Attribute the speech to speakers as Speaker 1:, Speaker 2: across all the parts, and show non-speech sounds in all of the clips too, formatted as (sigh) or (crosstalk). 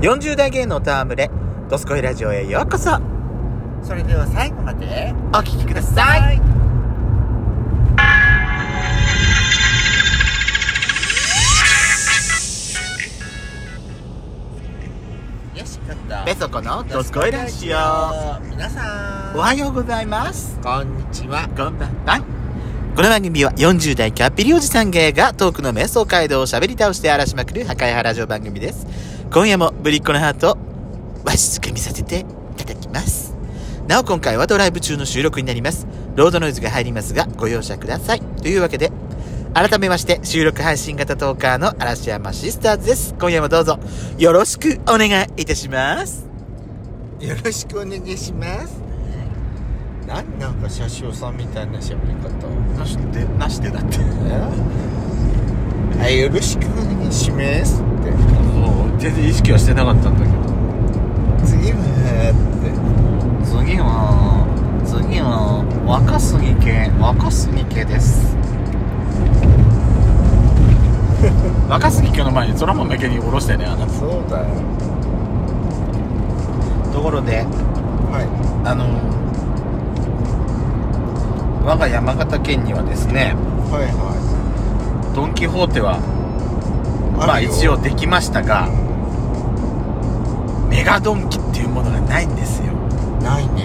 Speaker 1: 40代芸能戯れ、ドスコイラジオへようこそ
Speaker 2: それでは最後まで
Speaker 1: お聞きくだ
Speaker 2: はいよしかった
Speaker 1: ペソコのドスコイラジオ
Speaker 2: 皆さん
Speaker 1: おはようございます
Speaker 2: こんにちは
Speaker 1: こんばんはこの番組は40代キャッピリおじさん芸がトークの瞑想街道を喋り倒して荒らしまくる破壊派ラジオ番組です。今夜もぶりっ子のハートをわしづかみさせていただきます。なお今回はドライブ中の収録になります。ロードノイズが入りますがご容赦ください。というわけで、改めまして収録配信型トーカーの嵐山シスターズです。今夜もどうぞよろしくお願いいたします。
Speaker 2: よろしくお願いしますなんなんか車掌さんみたいな喋り方
Speaker 1: なして、なしてだって。
Speaker 2: えはいよろしくお願いしますって
Speaker 1: もう全然意識はしてなかったんだけど。
Speaker 2: 次は
Speaker 1: 次は次は若杉家若杉家です
Speaker 2: (laughs)
Speaker 1: 若杉家の前にそら豆家に下ろしてねあな
Speaker 2: ってそうだよ
Speaker 1: ところで
Speaker 2: は
Speaker 1: あの我が山形県にはですね
Speaker 2: いはいは
Speaker 1: ドン・キホーテはいまあ
Speaker 2: るよ
Speaker 1: 一応できましたがメガドンキっていうものがないんですよ
Speaker 2: ないね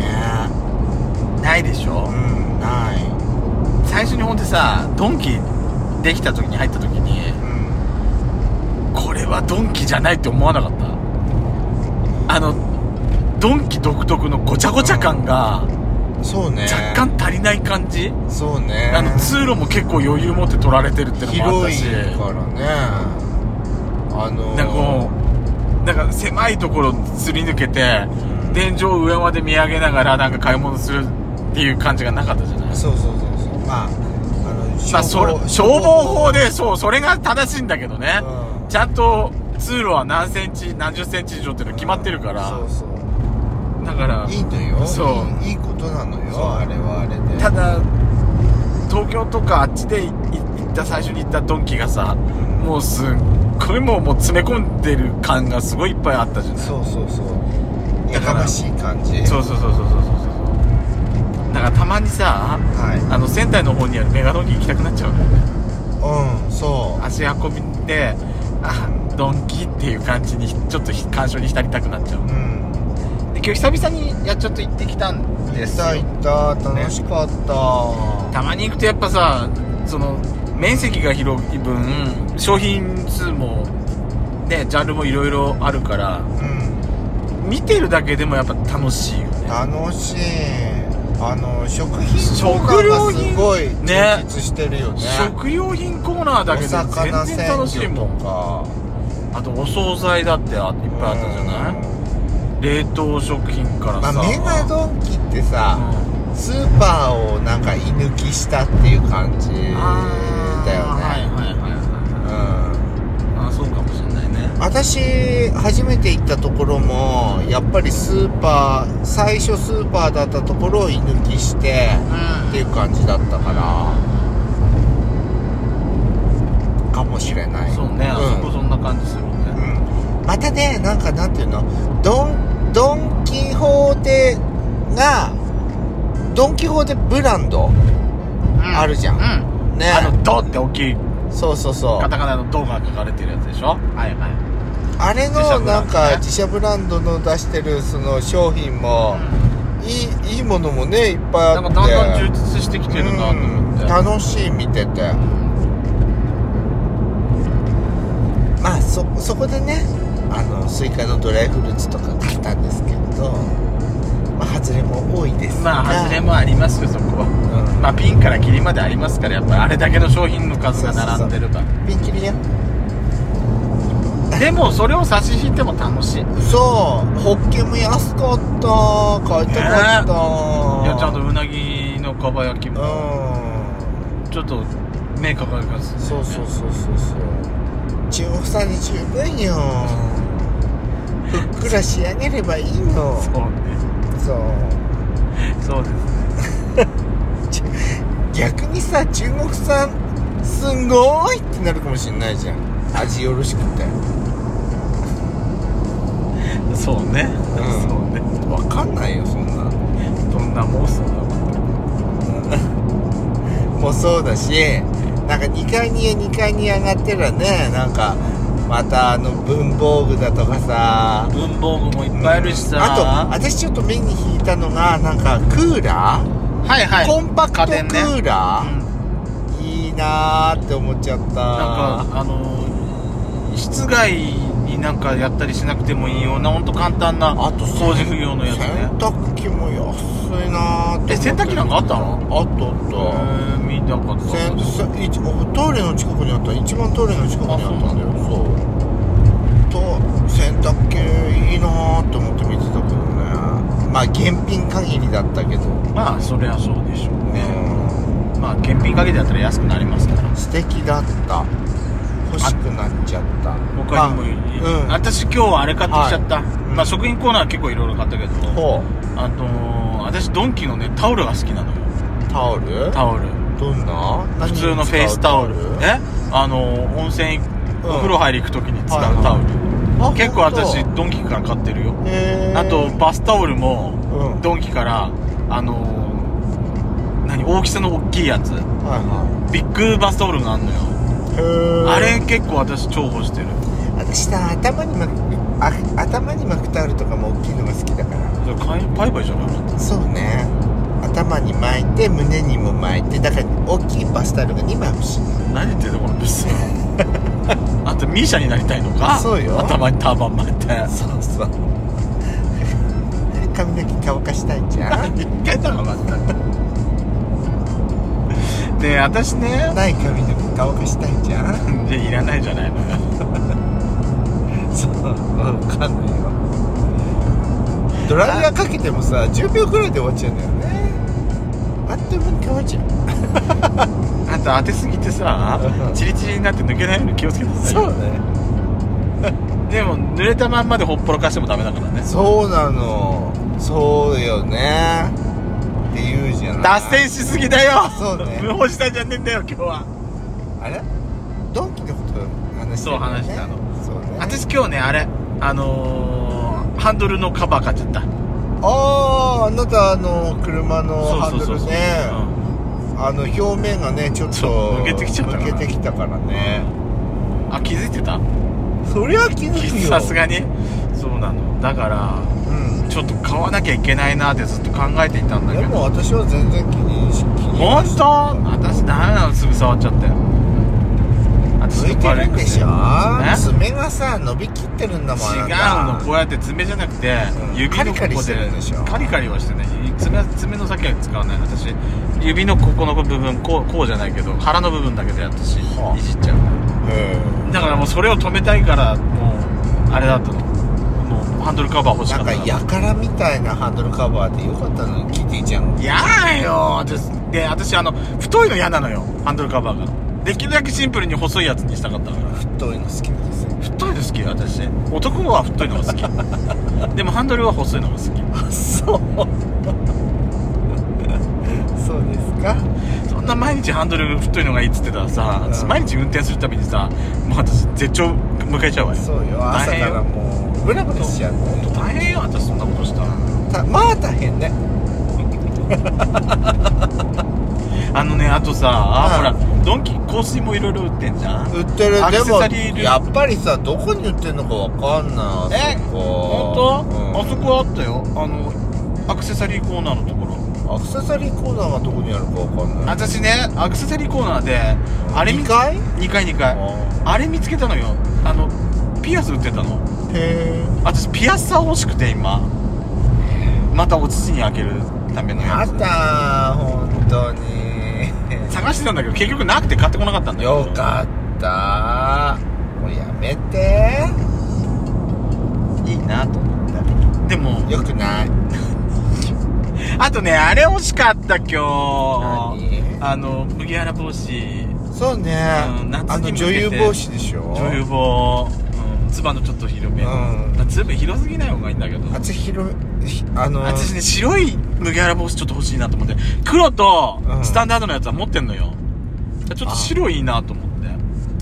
Speaker 1: ないでしょ
Speaker 2: うんない
Speaker 1: 最初にほんでさドンキできた時に入った時に
Speaker 2: うん
Speaker 1: これはドンキじゃないって思わなかったあのドンキ独特のごちゃごちゃ感が
Speaker 2: そうね
Speaker 1: 若干足りない感じ、
Speaker 2: そうね
Speaker 1: あの通路も結構余裕持って取られてるってのもあった
Speaker 2: 広い
Speaker 1: し
Speaker 2: からねあの
Speaker 1: なんかこうなんか狭いところすり抜けて
Speaker 2: うん
Speaker 1: 天井を上まで見上げながらなんか買い物するっていう感じがなかったじゃない
Speaker 2: そうそうそうそうまああの
Speaker 1: まあ、それ消防法でそうそれが正しいんだけどね、
Speaker 2: うん
Speaker 1: ちゃんと通路は何センチ何十センチ以上っていうの決まってるから、
Speaker 2: そうそう
Speaker 1: だから
Speaker 2: いいのよ
Speaker 1: そう
Speaker 2: いいいいことなの
Speaker 1: そう
Speaker 2: よあれはあれで
Speaker 1: ただ東京とかあっちでいい行った最初に行ったドンキがさもうすっごいもうもう詰め込んでる感がすごいいっぱいあったじゃない
Speaker 2: そうそうそう
Speaker 1: だ
Speaker 2: や
Speaker 1: から
Speaker 2: かましい感じ
Speaker 1: そうそうそうそうそうそうそうだからたまにさ
Speaker 2: はい
Speaker 1: あの仙台の方にあるメガドンキ行きたくなっちゃうんだよね
Speaker 2: うんそう
Speaker 1: 足運びであドンキっていう感じにちょっと感傷に浸りたくなっちゃう
Speaker 2: うん
Speaker 1: で今日久々にいやちょっと行ってきたん
Speaker 2: 行
Speaker 1: で
Speaker 2: っ
Speaker 1: す
Speaker 2: た
Speaker 1: よ
Speaker 2: 行った楽しかった
Speaker 1: たまに行くとやっぱさその面積が広い分商品数もねジャンルもいろいろあるから
Speaker 2: うん
Speaker 1: 見てるだけでもやっぱ楽しいよね
Speaker 2: 楽しいあの食品とか
Speaker 1: 食料
Speaker 2: が
Speaker 1: 品
Speaker 2: すごい
Speaker 1: ね
Speaker 2: 充実してるよね
Speaker 1: 食料品コーナーだけ
Speaker 2: お
Speaker 1: で
Speaker 2: 魚
Speaker 1: 全然楽しい
Speaker 2: 鮮魚
Speaker 1: も
Speaker 2: と
Speaker 1: ん
Speaker 2: か
Speaker 1: あとお惣菜だってあいっぱいあったじゃない
Speaker 2: うん
Speaker 1: 冷凍食品から
Speaker 2: ま
Speaker 1: さ
Speaker 2: あ、メガドンキってさ、
Speaker 1: うん
Speaker 2: スーパーをなんか居抜きしたっていう感じだよ
Speaker 1: あー
Speaker 2: ね
Speaker 1: はいはいはいはいあそうかもしれないね
Speaker 2: うん、私初めて行ったところもやっぱりスーパー最初スーパーだったところを居抜きして
Speaker 1: うん
Speaker 2: っていう感じだったからかもしれない
Speaker 1: そうね、あそこそんな感じするね、
Speaker 2: うんまたねなんかなんていうのドンドン・キホーテがドン・キホーテブランドあるじゃん
Speaker 1: う
Speaker 2: ね
Speaker 1: あのドって大きい
Speaker 2: そうそうそ
Speaker 1: カ
Speaker 2: う
Speaker 1: タカナの「ド」が書かれてるやつでしょはいはい
Speaker 2: あれ
Speaker 1: 自社
Speaker 2: の
Speaker 1: ブラ
Speaker 2: な
Speaker 1: ン
Speaker 2: ん
Speaker 1: ドね
Speaker 2: か自社ブランドの出してるその商品もいいいいものもねいっぱ
Speaker 1: な
Speaker 2: いあ
Speaker 1: ん
Speaker 2: っ
Speaker 1: か
Speaker 2: て
Speaker 1: だんだん充実してきてるなと思って
Speaker 2: うん楽しい見ててまあそそこでねあのスイカのドライフルーツとか買ったんですけれどまあ外れも多いですが
Speaker 1: まあ外れもありますよそこは
Speaker 2: うん
Speaker 1: まあピンからキリまでありますからやっぱりあれだけの商品の数が並んでるから
Speaker 2: ピンキリや
Speaker 1: でもそれを差し引いても楽しいい
Speaker 2: そうホッケも安かった買いたかった、
Speaker 1: やちゃんとうなぎのかば焼きも
Speaker 2: う
Speaker 1: ちょっと目かかります
Speaker 2: んそうそうそうそうそう中国産に十分よふっくら仕上げればいいの
Speaker 1: そうね
Speaker 2: そう
Speaker 1: そうですね
Speaker 2: 逆にさ中国産すごいってなるかもしれないじゃん味よろしくて
Speaker 1: そうね、
Speaker 2: うん
Speaker 1: そうね
Speaker 2: わかんないよそんな
Speaker 1: どんな妄想だろ
Speaker 2: もそうだしなんか2階に2階に上がってるらねなんかまたあの文房具だとかさ
Speaker 1: う文房具もいっぱいあるしさ、
Speaker 2: あと私ちょっと目に引いたのがなんかクーラー、
Speaker 1: はいはい
Speaker 2: コンパクトク
Speaker 1: 家電ね
Speaker 2: ー
Speaker 1: う
Speaker 2: ラー、
Speaker 1: ん
Speaker 2: いいなーって思っちゃった
Speaker 1: なんかあのー室外になんかやったりしなくてもいいようなほんと簡単な
Speaker 2: あと
Speaker 1: 掃除不要のやつね
Speaker 2: 洗濯機も安いなーって思って
Speaker 1: え洗濯機なんかあったの
Speaker 2: あった
Speaker 1: え
Speaker 2: あっ
Speaker 1: ー、見たかった
Speaker 2: たせんせいちトイレの近くにあった一番トイレの近くにあったんだよそうと洗濯機いいなーって思って見てたけどねまあ現品限りだったけど
Speaker 1: まあそりゃそうでしょうね、
Speaker 2: ね
Speaker 1: まあ検品かけてやったら安くなりますから
Speaker 2: 素敵だった欲しくなっちゃった
Speaker 1: 他にもいい、
Speaker 2: まあうん
Speaker 1: 私今日はあれ買ってきちゃった、まあ食品コーナー結構いろいろ買ったけど
Speaker 2: ほ
Speaker 1: あのー、私ドンキのねタオルが好きなのよ
Speaker 2: うタオル
Speaker 1: タオル
Speaker 2: どんな
Speaker 1: 普通のフェイスタオルえあのー、温泉
Speaker 2: うん
Speaker 1: お風呂入り行く時に使
Speaker 2: はいうはい
Speaker 1: タオル、
Speaker 2: あ
Speaker 1: 結構
Speaker 2: 本当
Speaker 1: 私ドンキから買ってるよ
Speaker 2: へー
Speaker 1: あとバスタオルも
Speaker 2: うん
Speaker 1: ドンキからあのー、何大きさの大きいやつ
Speaker 2: はいは
Speaker 1: ビッグバスタオルがあんのよ
Speaker 2: いへー
Speaker 1: あれ結構私重宝してる
Speaker 2: 私さ頭に巻くあ頭に巻くタオルとかも大きいのが好きだから
Speaker 1: それ買い売買じゃなかっ
Speaker 2: そうね頭に巻いて胸にも巻いてだから大きいバスタオルが2枚欲しい
Speaker 1: た何言ってんのこのブ (laughs) スあとミーシャになりたいのか
Speaker 2: そうよ
Speaker 1: 頭にターバン巻いて
Speaker 2: そうそう (laughs) 髪の毛乾かしたいじゃん
Speaker 1: 一回ターバン巻いたで私ね
Speaker 2: (laughs) ない髪の毛乾かしたいじゃん
Speaker 1: でいらないじゃないのよ
Speaker 2: そう分かんないよドライヤーかけてもさ10秒くらいで終わっちゃうんだよねあっという間に乾いちゃう
Speaker 1: あんた当てすぎてさ
Speaker 2: うん
Speaker 1: チリチリになって抜けないように気をつけてさ
Speaker 2: そうね
Speaker 1: でも濡れたまんまでほっぽろかしてもダメだからね
Speaker 2: そうなのそうよねって言うじゃない
Speaker 1: 脱線しすぎだよ
Speaker 2: そう
Speaker 1: (laughs)
Speaker 2: ね
Speaker 1: 無法したんじゃねえんだよ今日は
Speaker 2: あれドンキのこと話して
Speaker 1: そ
Speaker 2: る
Speaker 1: う話したの
Speaker 2: そうね
Speaker 1: 私今日ねあれあのー、ハンドルのカバー買っちゃった
Speaker 2: あああなたあの車のハンドルねあの表面がねちょっ
Speaker 1: そう
Speaker 2: と
Speaker 1: 抜けてきちゃったから
Speaker 2: 抜けてきたからね
Speaker 1: うんあ気づいてた
Speaker 2: そりゃ気づくよ
Speaker 1: さすがにそうなのだから
Speaker 2: うん
Speaker 1: ちょっと買わなきゃいけないなってずっと考えていたんだけ
Speaker 2: で
Speaker 1: ど
Speaker 2: も私は全然気にし気に
Speaker 1: 本当私ダメなのすぐ触っちゃったよ私
Speaker 2: 抜いてるんでしょ
Speaker 1: ね
Speaker 2: 爪がさ伸びきってるんだもん
Speaker 1: 違うのこうやって爪じゃなくて
Speaker 2: うん
Speaker 1: 指のここで
Speaker 2: カリカリしてるんでしょ
Speaker 1: カリカリはしてない爪爪の先は使わない私指のここの部分こうこうじゃないけど腹の部分だけで私い
Speaker 2: はあ
Speaker 1: じっちゃう
Speaker 2: うん
Speaker 1: だからもうそれを止めたいからもうあれだったのもうハンドルカバー欲し
Speaker 2: な
Speaker 1: かっ
Speaker 2: ん
Speaker 1: た
Speaker 2: か
Speaker 1: の
Speaker 2: やからみたいなハンドルカバーでよかったのにキティちゃん
Speaker 1: いやだよ私で私あの太いの嫌なのよハンドルカバーができるだけシンプルに細いやつにしたかったから
Speaker 2: 太いの好きなんですよ
Speaker 1: 太いの好きよ私男は太いのが
Speaker 2: (laughs)
Speaker 1: 好きでもハンドルは細いのが好き
Speaker 2: あそう (laughs) そうですか
Speaker 1: そんな毎日ハンドル太いのがいいっつってたらさ、
Speaker 2: うん
Speaker 1: 毎日運転するたびにさもう私絶頂迎えちゃうわよ
Speaker 2: そうよ
Speaker 1: 大
Speaker 2: 朝
Speaker 1: 変よ
Speaker 2: からもうブラブラしちゃって
Speaker 1: 本当大変よ私そんなことしたら
Speaker 2: たまあ大変ね
Speaker 1: あのねあとさ、
Speaker 2: うん
Speaker 1: ほらドンキ香水もいろいろ売ってんじゃん
Speaker 2: 売ってる
Speaker 1: アク
Speaker 2: で
Speaker 1: セ
Speaker 2: も
Speaker 1: サリー類
Speaker 2: やっぱりさどこに売ってんのかわかんない
Speaker 1: え本当、あそ
Speaker 2: 本
Speaker 1: こあったよあのアクセサリーコーナーのところ
Speaker 2: 当アクセサリーコーナーがどこにあるかわかんない
Speaker 1: 私ねアクセサリーコーナーであれ見
Speaker 2: 2階
Speaker 1: 2階2階
Speaker 2: あ
Speaker 1: あれ見つけたのよあのピアス売ってたの
Speaker 2: へえ
Speaker 1: 私ピアスさん欲しくて今またお乳に開けるための
Speaker 2: ま
Speaker 1: やつ
Speaker 2: た本当
Speaker 1: (laughs)
Speaker 2: に
Speaker 1: 探してたんだけど結局なくて買ってこなかったんだ
Speaker 2: よかったもうやめて
Speaker 1: いいなと思ったでも
Speaker 2: よくない
Speaker 1: あとねあれ欲しかった今日
Speaker 2: 何
Speaker 1: あの麦わら帽子
Speaker 2: そうね、
Speaker 1: うん夏
Speaker 2: あ
Speaker 1: に
Speaker 2: の
Speaker 1: 向け
Speaker 2: 女
Speaker 1: て
Speaker 2: 優帽子でしょ
Speaker 1: 女優帽うんつばのちょっと広め
Speaker 2: うん
Speaker 1: まあつば広すぎない方がいいんだけど
Speaker 2: あつひろひあの
Speaker 1: 私ね白い麦わら帽子ちょっと欲しいなと思って黒と
Speaker 2: うん
Speaker 1: スタンダードのやつは持ってんのよちょっと白いいなと思っ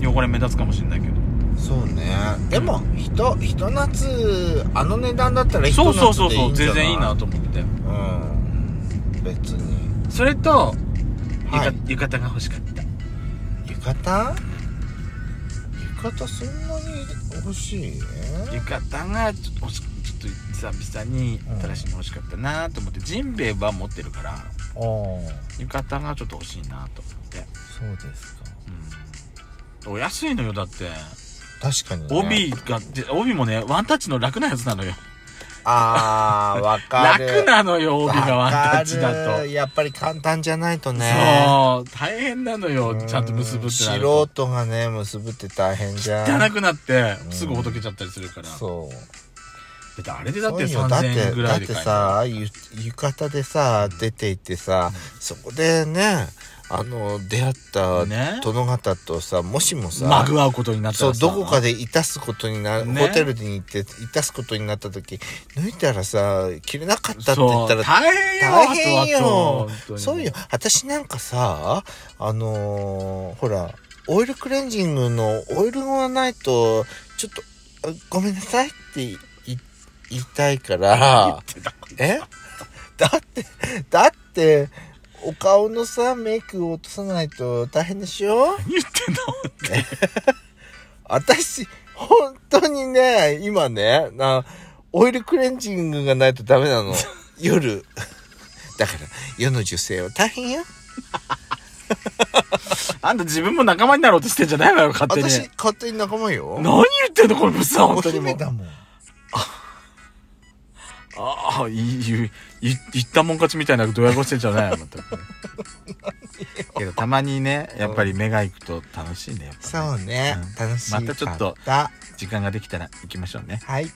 Speaker 1: て汚れ目立つかもしれないけど
Speaker 2: そうねでも人人夏あの値段だったら
Speaker 1: そ
Speaker 2: 人
Speaker 1: う
Speaker 2: 夏
Speaker 1: そうそう
Speaker 2: でい
Speaker 1: そ
Speaker 2: いん
Speaker 1: う
Speaker 2: じゃ
Speaker 1: 全
Speaker 2: ない
Speaker 1: 然いいなと思って
Speaker 2: うん別に
Speaker 1: それと、ゆ
Speaker 2: は
Speaker 1: か
Speaker 2: い
Speaker 1: 浴衣が欲しかった
Speaker 2: 浴衣浴衣そんなに欲しいね
Speaker 1: 浴衣がちょっと欲しちょっと久々に新しいの欲しかったなと思ってジンベエは持ってるから
Speaker 2: ああそ
Speaker 1: 浴衣がちょっと欲しいなと思って、
Speaker 2: うですか
Speaker 1: うん、お安いのよだって
Speaker 2: 確かに、ね、
Speaker 1: 帯がで帯もねワンタッチの楽なやつなのよ
Speaker 2: ああわかる
Speaker 1: 楽なのよ帯がワンタッチだ
Speaker 2: わか
Speaker 1: と、
Speaker 2: るやっぱり簡単じゃないとね
Speaker 1: そう大変なのよ
Speaker 2: ん
Speaker 1: ちゃんと結ぶってなると
Speaker 2: 素人がね結ぶって大変じゃん
Speaker 1: 汚くなってすぐほどけちゃったりするから、だ
Speaker 2: そう
Speaker 1: ってあれでだって
Speaker 2: そうよだっ
Speaker 1: 3000
Speaker 2: て
Speaker 1: 円ぐらい
Speaker 2: だ
Speaker 1: で
Speaker 2: って
Speaker 1: 買える
Speaker 2: さゆ浴衣でさ出て行ってさ、そこでねあの出会った
Speaker 1: ね
Speaker 2: 殿方とさもしもさ
Speaker 1: まぐわうことになった
Speaker 2: そう
Speaker 1: ら
Speaker 2: どこか
Speaker 1: で
Speaker 2: でいたすことになる、
Speaker 1: ね
Speaker 2: ホテルに行っていたすことになった時脱いだらさ着れなかったって言
Speaker 1: そ
Speaker 2: った
Speaker 1: う
Speaker 2: ら
Speaker 1: 大変よ
Speaker 2: 大変
Speaker 1: あと
Speaker 2: よ
Speaker 1: は本当に
Speaker 2: そうよ私なんかさあのーほらオイルクレンジングのオイルがないとちょっとあごめんなさいってい言いたいからえだってだってお顔のさメイクを落とさないと大変でしょ
Speaker 1: 何言ってんの
Speaker 2: 私本当にね今ねなオイルクレンジングがないとダメ
Speaker 1: (laughs)
Speaker 2: なの夜だから世の女性は大変よ
Speaker 1: あんた自分も仲間になろうとしてんじゃないわよ勝手に
Speaker 2: 私勝手に仲間よ
Speaker 1: 何言ってんのこれブスさん本当にも
Speaker 2: 姫
Speaker 1: う
Speaker 2: だもん
Speaker 1: ああいい言う言言ったもん勝ちみたいなドヤ顔してんじゃ (laughs) ないよ全くけどたまにねやっぱり目が行くと楽しいねやっぱね
Speaker 2: そうね、
Speaker 1: うん
Speaker 2: 楽しい
Speaker 1: またちょっと
Speaker 2: だ
Speaker 1: 時間ができたら行きましょうね
Speaker 2: はい